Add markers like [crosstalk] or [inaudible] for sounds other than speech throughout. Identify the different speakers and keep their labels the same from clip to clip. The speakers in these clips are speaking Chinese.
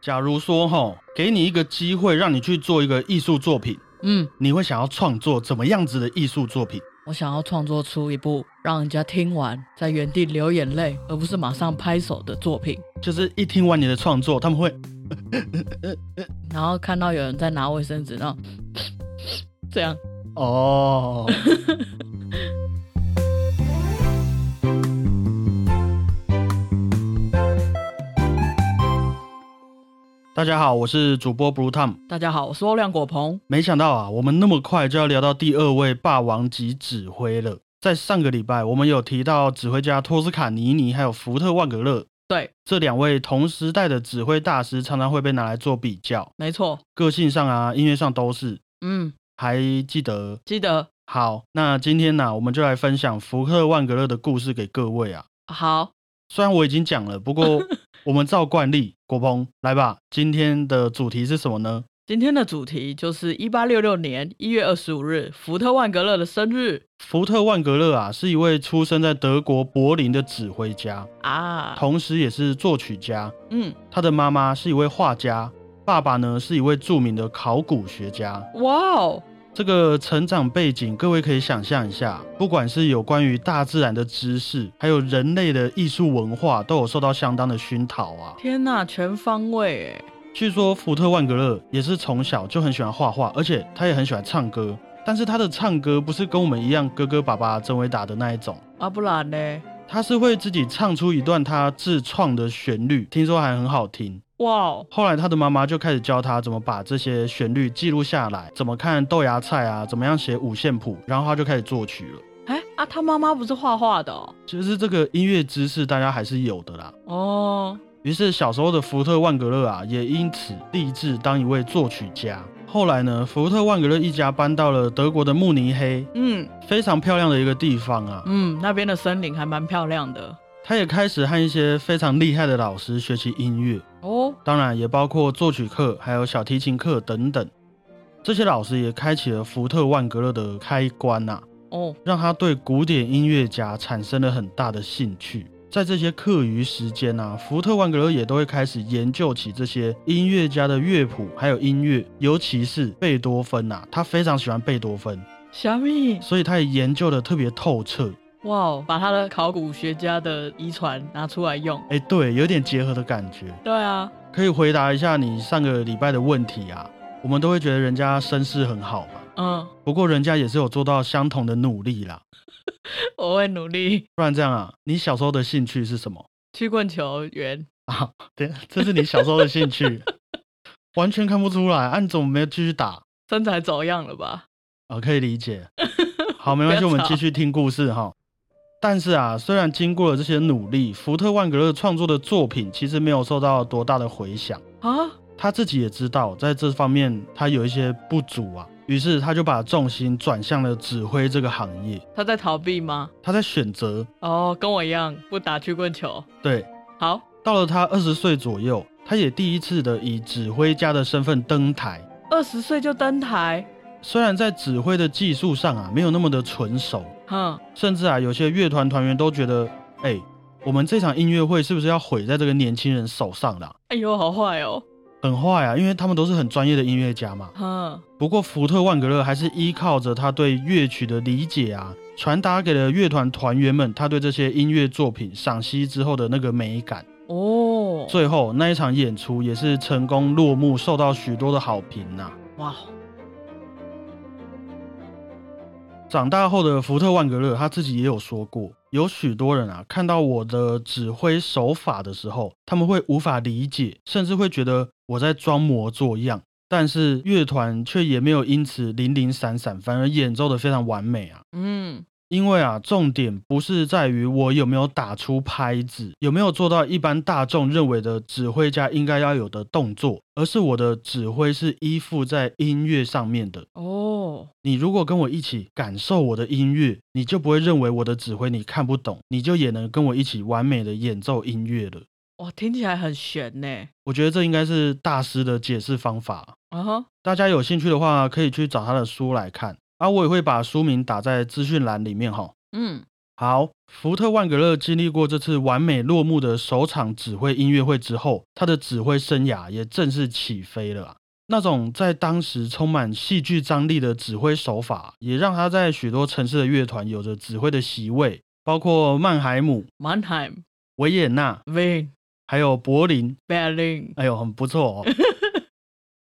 Speaker 1: 假如说哈，给你一个机会，让你去做一个艺术作品，
Speaker 2: 嗯，
Speaker 1: 你会想要创作怎么样子的艺术作品？
Speaker 2: 我想要创作出一部让人家听完在原地流眼泪，而不是马上拍手的作品。
Speaker 1: 就是一听完你的创作，他们会
Speaker 2: 然后看到有人在拿卫生纸，然后 [coughs] 这样，
Speaker 1: 哦， [laughs] 大家好，我是主播 Blue Tom。
Speaker 2: 大家好，我是欧亮果鹏。
Speaker 1: 没想到啊，我们那么快就要聊到第二位霸王级指挥了。在上个礼拜，我们有提到指挥家托斯卡尼尼还有福特万格勒
Speaker 2: 对，
Speaker 1: 这两位同时代的指挥大师，常常会被拿来做比较，
Speaker 2: 没错，
Speaker 1: 个性上啊，音乐上都是。
Speaker 2: 嗯，
Speaker 1: 还记得
Speaker 2: 记得
Speaker 1: 好，那今天呢、我们就来分享福克万格勒的故事给各位啊。
Speaker 2: 好，
Speaker 1: 虽然我已经讲了，不过我们照惯例，国鹏来吧。今天的主题是什么呢？
Speaker 2: 今天的主题就是一八六六年一月二十五日，福特万格勒的生日
Speaker 1: 福特万格勒啊，是一位出生在德国柏林的指挥家，
Speaker 2: 啊，
Speaker 1: 同时也是作曲家。
Speaker 2: 嗯，
Speaker 1: 他的妈妈是一位画家，爸爸呢是一位著名的考古学家。
Speaker 2: 哇哦，
Speaker 1: 这个成长背景，各位可以想象一下，不管是有关于大自然的知识，还有人类的艺术文化，都有受到相当的熏陶啊。
Speaker 2: 天呐，全方位哎，
Speaker 1: 据说福特万格勒也是从小就很喜欢画画，而且他也很喜欢唱歌。但是他的唱歌不是跟我们一样哥哥爸爸真伟达的那一种，
Speaker 2: 啊不然呢？
Speaker 1: 他是会自己唱出一段他自创的旋律，听说还很好听。
Speaker 2: 哇哦，
Speaker 1: 后来他的妈妈就开始教他怎么把这些旋律记录下来，怎么看豆芽菜啊，怎么样写五线谱，然后他就开始作曲了。
Speaker 2: 哎啊，他妈妈不是画画的哦，
Speaker 1: 其实这个音乐知识大家还是有的啦。
Speaker 2: 哦
Speaker 1: 于是小时候的福特万格勒啊，也因此立志当一位作曲家。后来呢，福特万格勒一家搬到了德国的慕尼黑，
Speaker 2: 嗯
Speaker 1: 非常漂亮的一个地方啊。
Speaker 2: 嗯，那边的森林还蛮漂亮的
Speaker 1: 他也开始和一些非常厉害的老师学习音乐，
Speaker 2: 哦，
Speaker 1: 当然也包括作曲课、还有小提琴课等等。这些老师也开启了福特万格勒的开关啊呐、
Speaker 2: 哦，
Speaker 1: 让他对古典音乐家产生了很大的兴趣。在这些课余时间啊，福特万格勒也都会开始研究起这些音乐家的乐谱，还有音乐，尤其是贝多芬呐、他非常喜欢贝多芬，
Speaker 2: 虾米，
Speaker 1: 所以他也研究的特别透彻。
Speaker 2: 哇哦，把他的考古学家的遗传拿出来用，
Speaker 1: 哎，对，有点结合的感觉。
Speaker 2: 对啊，
Speaker 1: 可以回答一下你上个礼拜的问题啊，我们都会觉得人家身世很好嘛，
Speaker 2: 嗯， [laughs]
Speaker 1: 不过人家也是有做到相同的努力啦。
Speaker 2: 我会努力。
Speaker 1: 不然这样啊，你小时候的兴趣是什么？
Speaker 2: 曲棍球员，
Speaker 1: 啊，对，这是你小时候的兴趣，完全看不出来。啊，你怎么没有继续打？
Speaker 2: 身材走样了吧？
Speaker 1: 啊，可以理
Speaker 2: [laughs]
Speaker 1: 解。好，没关系，
Speaker 2: 不要
Speaker 1: 我
Speaker 2: 吵
Speaker 1: 们继续听故事哈。但是啊，虽然经过了这些努力，福特万格勒创作的作品其实没有受到多大的回响。
Speaker 2: 啊，
Speaker 1: 他自己也知道，在这方面他有一些不足啊，于是他就把重心转向了指挥这个行业。
Speaker 2: 他在逃避吗？
Speaker 1: 他在选择，
Speaker 2: 哦，跟我一样不打曲棍球。
Speaker 1: 对，
Speaker 2: 好，
Speaker 1: 到了他二十岁左右，他也第一次的以指挥家的身份登台。
Speaker 2: 二十岁就登台，
Speaker 1: 虽然在指挥的技术上啊没有那么的纯熟，
Speaker 2: 哼，
Speaker 1: 甚至啊有些乐团团员都觉得，哎、我们这场音乐会是不是要毁在这个年轻人手上啦、
Speaker 2: 哎呦，好坏哦，
Speaker 1: 很坏啊，因为他们都是很专业的音乐家嘛。
Speaker 2: 哼，
Speaker 1: 不过福特万格勒还是依靠着他对乐曲的理解啊，传达给了乐团团员们他对这些音乐作品赏析之后的那个美感。
Speaker 2: 哦，
Speaker 1: 最后那一场演出也是成功落幕，受到许多的好评啊呐、
Speaker 2: 哇，
Speaker 1: 长大后的福特万格勒他自己也有说过，有许多人啊看到我的指挥手法的时候，他们会无法理解，甚至会觉得我在装模作样。但是乐团却也没有因此零零散散，反而演奏的非常完美啊。
Speaker 2: 嗯，
Speaker 1: 因为啊，重点不是在于我有没有打出拍子，有没有做到一般大众认为的指挥家应该要有的动作，而是我的指挥是依附在音乐上面的。
Speaker 2: 哦，
Speaker 1: 你如果跟我一起感受我的音乐，你就不会认为我的指挥你看不懂，你就也能跟我一起完美的演奏音乐了。
Speaker 2: 哇，听起来很悬呢。
Speaker 1: 我觉得这应该是大师的解释方法。
Speaker 2: 啊哈，
Speaker 1: 大家有兴趣的话，可以去找他的书来看啊，我也会把书名打在资讯栏里面哈。
Speaker 2: 嗯，
Speaker 1: 好，福特万格勒经历过这次完美落幕的首场指挥音乐会之后，他的指挥生涯也正式起飞了啊。那种在当时充满戏剧张力的指挥手法，也让他在许多城市的乐团有着指挥的席位，包括曼海姆、
Speaker 2: Mannheim、
Speaker 1: 维也纳，
Speaker 2: Wien、
Speaker 1: 还有柏林。
Speaker 2: Berlin，
Speaker 1: 哎呦，很不错哦。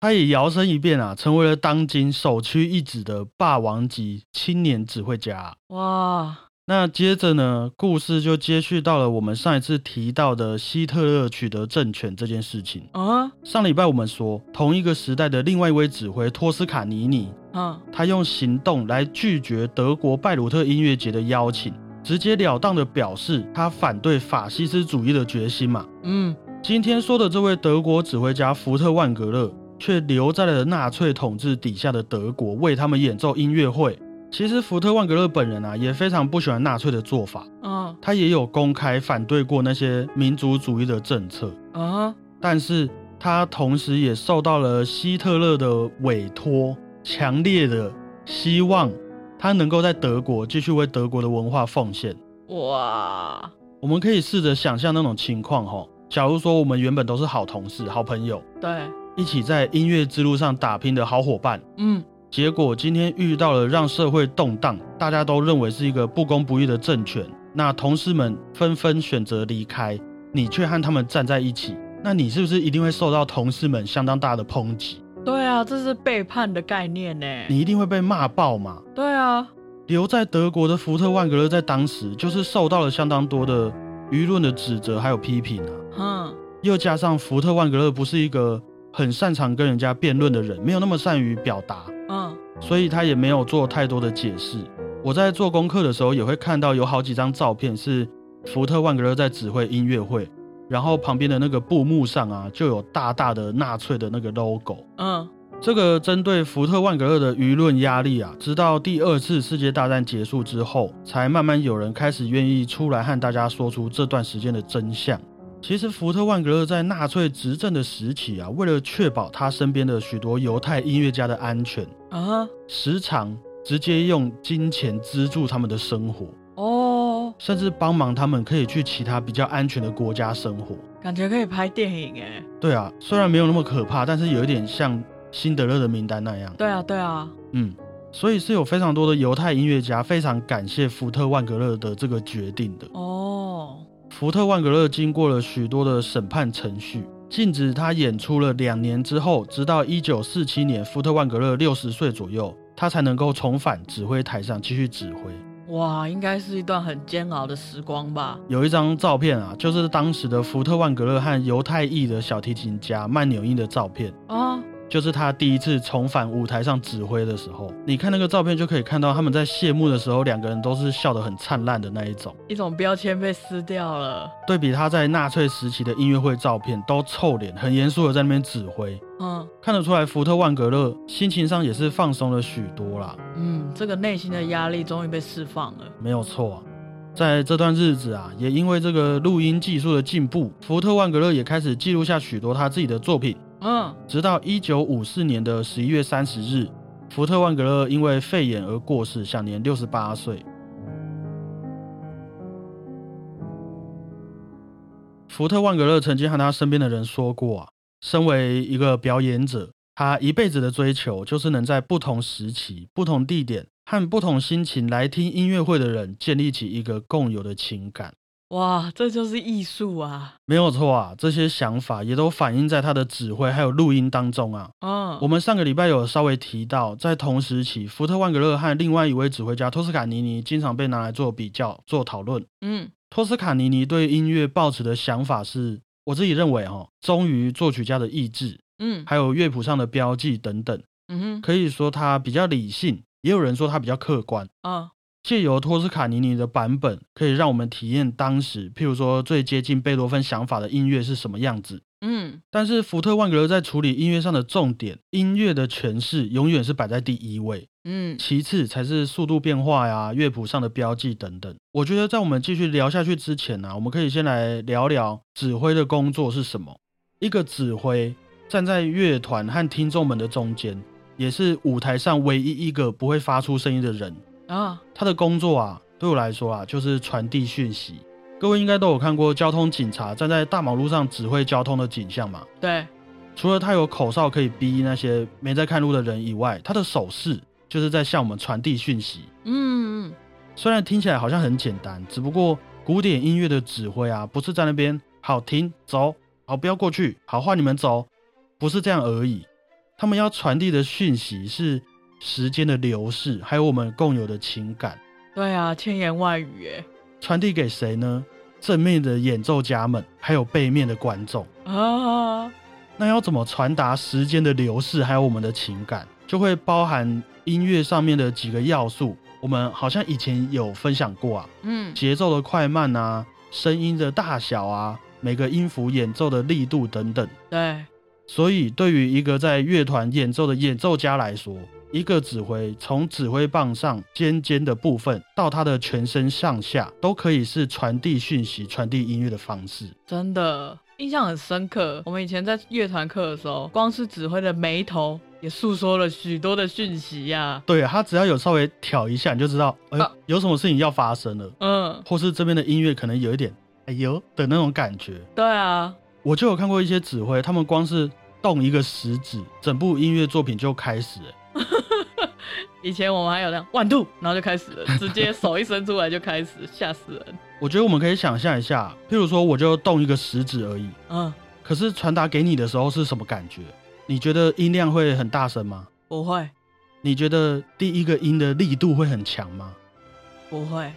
Speaker 1: 他也摇身一变啊，成为了当今首屈一指的霸王级青年指挥家啊。
Speaker 2: 哇，
Speaker 1: 那接着呢，故事就接续到了我们上一次提到的希特勒取得政权这件事情。
Speaker 2: 啊，
Speaker 1: 上礼拜我们说，同一个时代的另外一位指挥托斯卡尼尼，
Speaker 2: 啊，
Speaker 1: 他用行动来拒绝德国拜鲁特音乐节的邀请，直截了当的表示他反对法西斯主义的决心嘛。
Speaker 2: 嗯，
Speaker 1: 今天说的这位德国指挥家福特万格勒，却留在了纳粹统治底下的德国，为他们演奏音乐会。其实福特万格勒本人啊，也非常不喜欢纳粹的做法，
Speaker 2: 啊，
Speaker 1: 他也有公开反对过那些民族主义的政策，
Speaker 2: 啊，
Speaker 1: 但是他同时也受到了希特勒的委托，强烈的希望他能够在德国继续为德国的文化奉献。
Speaker 2: 哇，
Speaker 1: 我们可以试着想象那种情况吼，假如说我们原本都是好同事、好朋友，
Speaker 2: 对，
Speaker 1: 一起在音乐之路上打拼的好伙伴，
Speaker 2: 嗯，
Speaker 1: 结果今天遇到了让社会动荡，大家都认为是一个不公不义的政权，那同事们纷纷选择离开，你却和他们站在一起，那你是不是一定会受到同事们相当大的抨击？
Speaker 2: 对啊，这是背叛的概念呢。
Speaker 1: 你一定会被骂爆嘛？
Speaker 2: 对啊，
Speaker 1: 留在德国的福特万格勒在当时就是受到了相当多的舆论的指责还有批评啊。
Speaker 2: 嗯，
Speaker 1: 又加上福特万格勒不是一个很擅长跟人家辩论的人，没有那么善于表达，
Speaker 2: 嗯，
Speaker 1: 所以他也没有做太多的解释。我在做功课的时候也会看到有好几张照片是福特万格勒在指挥音乐会，然后旁边的那个布幕上啊就有大大的纳粹的那个 logo。
Speaker 2: 嗯，
Speaker 1: 这个针对福特万格勒的舆论压力啊，直到第二次世界大战结束之后，才慢慢有人开始愿意出来和大家说出这段时间的真相。其实，福特万格勒在纳粹执政的时期啊，为了确保他身边的许多犹太音乐家的安全，
Speaker 2: 啊，
Speaker 1: 时常直接用金钱资助他们的生活，
Speaker 2: 哦，
Speaker 1: 甚至帮忙他们可以去其他比较安全的国家生活。
Speaker 2: 感觉可以拍电影哎。
Speaker 1: 对啊，虽然没有那么可怕，但是有一点像辛德勒的名单那样。
Speaker 2: 对啊，对啊，
Speaker 1: 嗯，所以是有非常多的犹太音乐家非常感谢福特万格勒的这个决定的。
Speaker 2: 哦，
Speaker 1: 福特万格勒经过了许多的审判程序，禁止他演出了两年之后，直到一九四七年，福特万格勒六十岁左右，他才能够重返指挥台上继续指挥。
Speaker 2: 哇，应该是一段很煎熬的时光吧？
Speaker 1: 有一张照片啊，就是当时的福特万格勒和犹太裔的小提琴家曼纽因的照片。
Speaker 2: 啊，
Speaker 1: 就是他第一次重返舞台上指挥的时候，你看那个照片就可以看到他们在谢幕的时候，两个人都是笑得很灿烂的那一种。
Speaker 2: 一种标签被撕掉了。
Speaker 1: 对比他在纳粹时期的音乐会照片，都臭脸，很严肃的在那边指挥，
Speaker 2: 嗯
Speaker 1: 看得出来福特万格勒心情上也是放松了许多啦，
Speaker 2: 嗯，这个内心的压力终于被释放了。
Speaker 1: 没有错啊。在这段日子啊，也因为这个录音技术的进步，福特万格勒也开始记录下许多他自己的作品。
Speaker 2: 嗯，
Speaker 1: 直到一九五四年的十一月三十日，福特万格勒因为肺炎而过世，享年六十八岁。福特万格勒曾经和他身边的人说过啊，身为一个表演者，他一辈子的追求就是能在不同时期、不同地点和不同心情来听音乐会的人建立起一个共有的情感。
Speaker 2: 哇，这就是艺术啊。
Speaker 1: 没有错啊，这些想法也都反映在他的指挥还有录音当中啊。
Speaker 2: 嗯，
Speaker 1: 我们上个礼拜有稍微提到，在同时期，福特万格勒和另外一位指挥家托斯卡尼尼经常被拿来做比较、做讨论。
Speaker 2: 嗯
Speaker 1: 托斯卡尼尼对音乐抱持的想法是，我自己认为哈、哦，忠于作曲家的意志，
Speaker 2: 嗯
Speaker 1: 还有乐谱上的标记等等，
Speaker 2: 嗯哼
Speaker 1: 可以说他比较理性，也有人说他比较客观。
Speaker 2: 啊
Speaker 1: 借由托斯卡尼尼的版本，可以让我们体验当时，譬如说最接近贝多芬想法的音乐是什么样子。
Speaker 2: 嗯
Speaker 1: 但是福特万格勒在处理音乐上的重点，音乐的诠释永远是摆在第一位，
Speaker 2: 嗯
Speaker 1: 其次才是速度变化呀、乐谱上的标记等等。我觉得在我们继续聊下去之前啊呢、我们可以先来聊聊指挥的工作是什么。一个指挥站在乐团和听众们的中间，也是舞台上唯一一个不会发出声音的人。
Speaker 2: 啊
Speaker 1: 他的工作啊，对我来说啊，就是传递讯息。各位应该都有看过交通警察站在大马路上指挥交通的景象嘛？
Speaker 2: 对，
Speaker 1: 除了他有口哨可以逼那些没在看路的人以外，他的手势就是在向我们传递讯息。
Speaker 2: 嗯，
Speaker 1: 虽然听起来好像很简单，只不过古典音乐的指挥啊，不是在那边好停走，好不要过去，好换你们走，不是这样而已。他们要传递的讯息是时间的流逝，还有我们共有的情感，
Speaker 2: 对啊，千言万语耶，
Speaker 1: 传递给谁呢？正面的演奏家们，还有背面的观众。
Speaker 2: 啊，
Speaker 1: 那要怎么传达时间的流逝，还有我们的情感，就会包含音乐上面的几个要素。我们好像以前有分享过啊，
Speaker 2: 嗯，
Speaker 1: 节奏的快慢啊，声音的大小啊，每个音符演奏的力度等等。
Speaker 2: 对，
Speaker 1: 所以，对于一个在乐团演奏的演奏家来说，一个指挥从指挥棒上尖尖的部分到他的全身上下，都可以是传递讯息、传递音乐的方式。
Speaker 2: 真的印象很深刻。我们以前在乐团课的时候，光是指挥的眉头也诉说了许多的讯息呀、
Speaker 1: 对他只要有稍微挑一下，你就知道，哎、
Speaker 2: 啊
Speaker 1: 有什么事情要发生了，
Speaker 2: 嗯，
Speaker 1: 或是这边的音乐可能有一点哎呦的那种感觉。
Speaker 2: 对啊，
Speaker 1: 我就有看过一些指挥，他们光是动一个食指，整部音乐作品就开始了。
Speaker 2: 以前我们还有那样万度，然后就开始了，直接手一伸出来就开始，吓死人。
Speaker 1: 我觉得我们可以想象一下，譬如说，我就动一个食指而已，
Speaker 2: 嗯，
Speaker 1: 可是传达给你的时候是什么感觉？你觉得音量会很大声吗？
Speaker 2: 不会，
Speaker 1: 你觉得第一个音的力度会很强吗？
Speaker 2: 不会，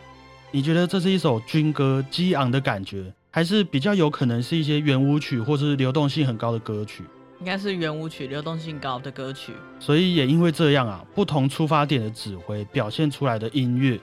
Speaker 1: 你觉得这是一首军歌激昂的感觉，还是比较有可能是一些圆舞曲或是流动性很高的歌曲？
Speaker 2: 应该是圆舞曲流动性高的歌曲。
Speaker 1: 所以也因为这样啊，不同出发点的指挥表现出来的音乐，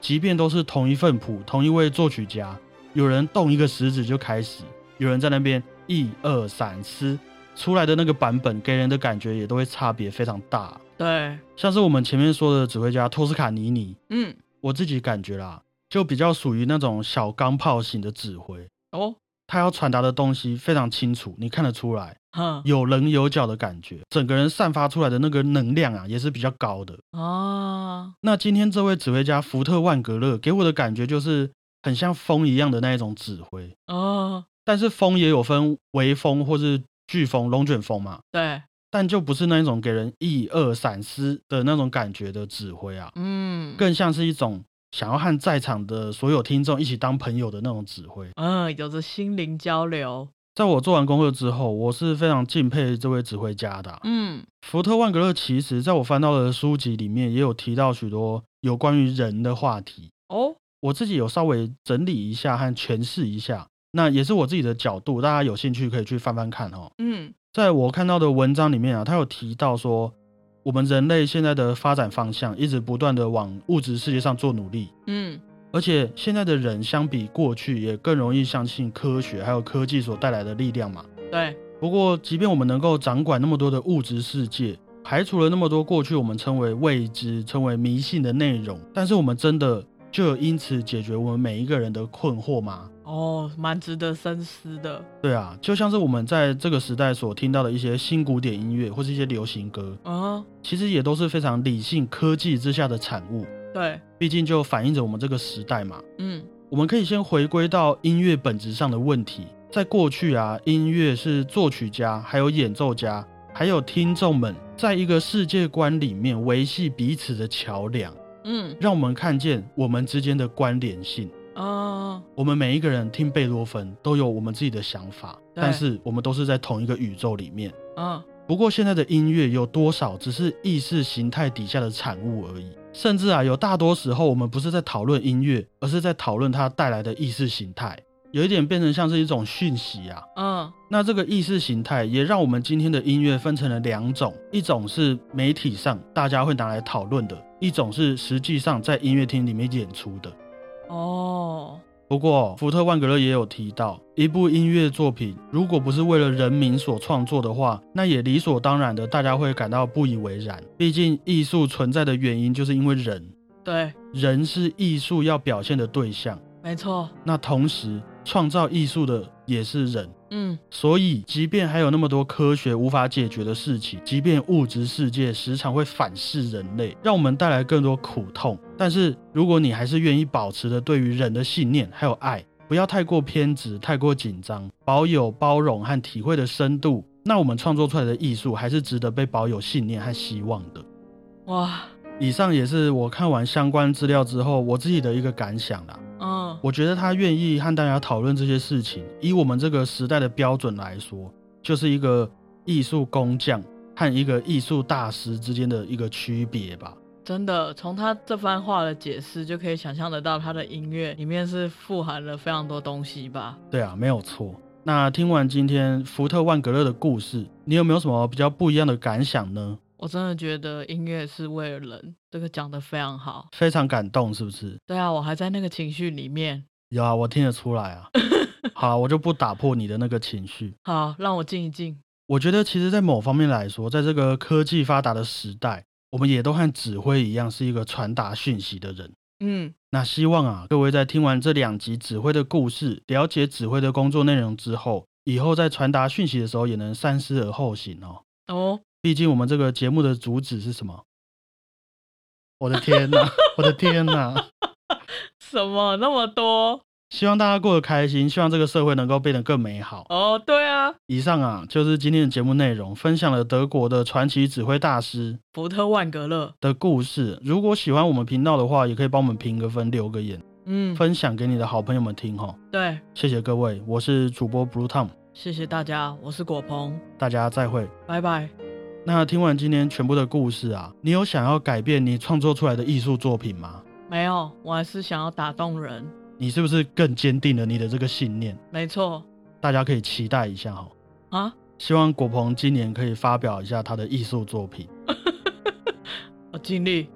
Speaker 1: 即便都是同一份谱、同一位作曲家，有人动一个食指就开始，有人在那边一二三四，出来的那个版本给人的感觉也都会差别非常大。
Speaker 2: 对，
Speaker 1: 像是我们前面说的指挥家托斯卡尼尼，
Speaker 2: 嗯，
Speaker 1: 我自己感觉啦，就比较属于那种小钢炮型的指挥。
Speaker 2: 哦，
Speaker 1: 他要传达的东西非常清楚，你看得出来，
Speaker 2: 哼，
Speaker 1: 有棱有角的感觉，整个人散发出来的那个能量啊，也是比较高的。
Speaker 2: 啊，
Speaker 1: 那今天这位指挥家福特万格勒给我的感觉就是很像风一样的那一种指挥，
Speaker 2: 哦，
Speaker 1: 但是风也有分微风或是飓风、龙卷风嘛，
Speaker 2: 对，
Speaker 1: 但就不是那一种给人一二闪失的那种感觉的指挥啊，
Speaker 2: 嗯，
Speaker 1: 更像是一种想要和在场的所有听众一起当朋友的那种指挥。
Speaker 2: 嗯，有着心灵交流。
Speaker 1: 在我做完功课之后，我是非常敬佩这位指挥家的啊、
Speaker 2: 嗯，
Speaker 1: 福特万格勒其实在我翻到的书籍里面也有提到许多有关于人的话题，
Speaker 2: 哦，
Speaker 1: 我自己有稍微整理一下和诠释一下，那也是我自己的角度，大家有兴趣可以去翻翻看哦。
Speaker 2: 嗯，
Speaker 1: 在我看到的文章里面啊，他有提到说，我们人类现在的发展方向一直不断的往物质世界上做努力，
Speaker 2: 嗯，
Speaker 1: 而且现在的人相比过去也更容易相信科学还有科技所带来的力量嘛。
Speaker 2: 对，
Speaker 1: 不过，即便我们能够掌管那么多的物质世界，排除了那么多过去我们称为未知、称为迷信的内容，但是我们真的就有因此解决我们每一个人的困惑吗？
Speaker 2: 哦，蛮值得深思的。
Speaker 1: 对啊，就像是我们在这个时代所听到的一些新古典音乐或是一些流行歌，
Speaker 2: 啊，
Speaker 1: 其实也都是非常理性科技之下的产物，
Speaker 2: 对，
Speaker 1: 毕竟就反映着我们这个时代嘛。
Speaker 2: 嗯，
Speaker 1: 我们可以先回归到音乐本质上的问题。在过去啊，音乐是作曲家、还有演奏家、还有听众们，在一个世界观里面维系彼此的桥梁，
Speaker 2: 嗯，
Speaker 1: 让我们看见我们之间的关联性。
Speaker 2: 啊，
Speaker 1: 我们每一个人听贝多芬都有我们自己的想法，
Speaker 2: 对
Speaker 1: 但是我们都是在同一个宇宙里面。
Speaker 2: 啊，
Speaker 1: 不过现在的音乐有多少只是意识形态底下的产物而已，甚至啊，有大多时候我们不是在讨论音乐，而是在讨论它带来的意识形态，有一点变成像是一种讯息啊。
Speaker 2: 嗯，
Speaker 1: 那这个意识形态也让我们今天的音乐分成了两种，一种是媒体上大家会拿来讨论的，一种是实际上在音乐厅里面演出的。
Speaker 2: 哦，
Speaker 1: 不过，福特万格勒也有提到，一部音乐作品如果不是为了人民所创作的话，那也理所当然的，大家会感到不以为然。毕竟，艺术存在的原因就是因为人，
Speaker 2: 对，
Speaker 1: 人是艺术要表现的对象。
Speaker 2: 没错，
Speaker 1: 那同时，创造艺术的也是人。
Speaker 2: 嗯，
Speaker 1: 所以，即便还有那么多科学无法解决的事情，即便物质世界时常会反噬人类，让我们带来更多苦痛，但是如果你还是愿意保持着对于人的信念还有爱，不要太过偏执、太过紧张，保有包容和体会的深度，那我们创作出来的艺术还是值得被保有信念和希望的。
Speaker 2: 哇，
Speaker 1: 以上也是我看完相关资料之后我自己的一个感想啦。
Speaker 2: 嗯，
Speaker 1: 我觉得他愿意和大家讨论这些事情，以我们这个时代的标准来说，就是一个艺术工匠和一个艺术大师之间的一个区别吧。
Speaker 2: 真的，从他这番话的解释就可以想象得到，他的音乐里面是富含了非常多东西吧。
Speaker 1: 对啊，没有错。那听完今天福特万格勒的故事，你有没有什么比较不一样的感想呢？
Speaker 2: 我真的觉得音乐是为了人，这个讲得非常好。
Speaker 1: 非常感动，是不是？
Speaker 2: 对啊，我还在那个情绪里面。
Speaker 1: 有啊，我听得出来啊。好啊，我就不打破你的那个情绪。
Speaker 2: 好，让我静一静。
Speaker 1: 我觉得其实，在某方面来说，在这个科技发达的时代，我们也都和指挥一样，是一个传达讯息的人。
Speaker 2: 嗯，
Speaker 1: 那希望啊，各位在听完这两集指挥的故事，了解指挥的工作内容之后，以后在传达讯息的时候，也能三思而后行哦。
Speaker 2: 哦，
Speaker 1: 毕竟我们这个节目的主旨是什么？我的天呐，我的天呐！
Speaker 2: 什么那么多？
Speaker 1: 希望大家过得开心，希望这个社会能够变得更美好。
Speaker 2: 哦，对啊，
Speaker 1: 以上啊，就是今天的节目内容，分享了德国的传奇指挥大师
Speaker 2: 福特万格勒。
Speaker 1: 的故事。如果喜欢我们频道的话，也可以帮我们评个分、留个言，
Speaker 2: 嗯，
Speaker 1: 分享给你的好朋友们听哦。
Speaker 2: 对，
Speaker 1: 谢谢各位，我是主播 Blue Tom，
Speaker 2: 谢谢大家，我是果鹏，
Speaker 1: 大家再会。
Speaker 2: 拜拜。
Speaker 1: 那听完今天全部的故事啊，你有想要改变你创作出来的艺术作品吗？
Speaker 2: 没有，我还是想要打动人。
Speaker 1: 你是不是更坚定了你的这个信念？
Speaker 2: 没错
Speaker 1: 大家可以期待一下哈。
Speaker 2: 啊，
Speaker 1: 希望果鹏今年可以发表一下他的艺术作品。
Speaker 2: 我尽力。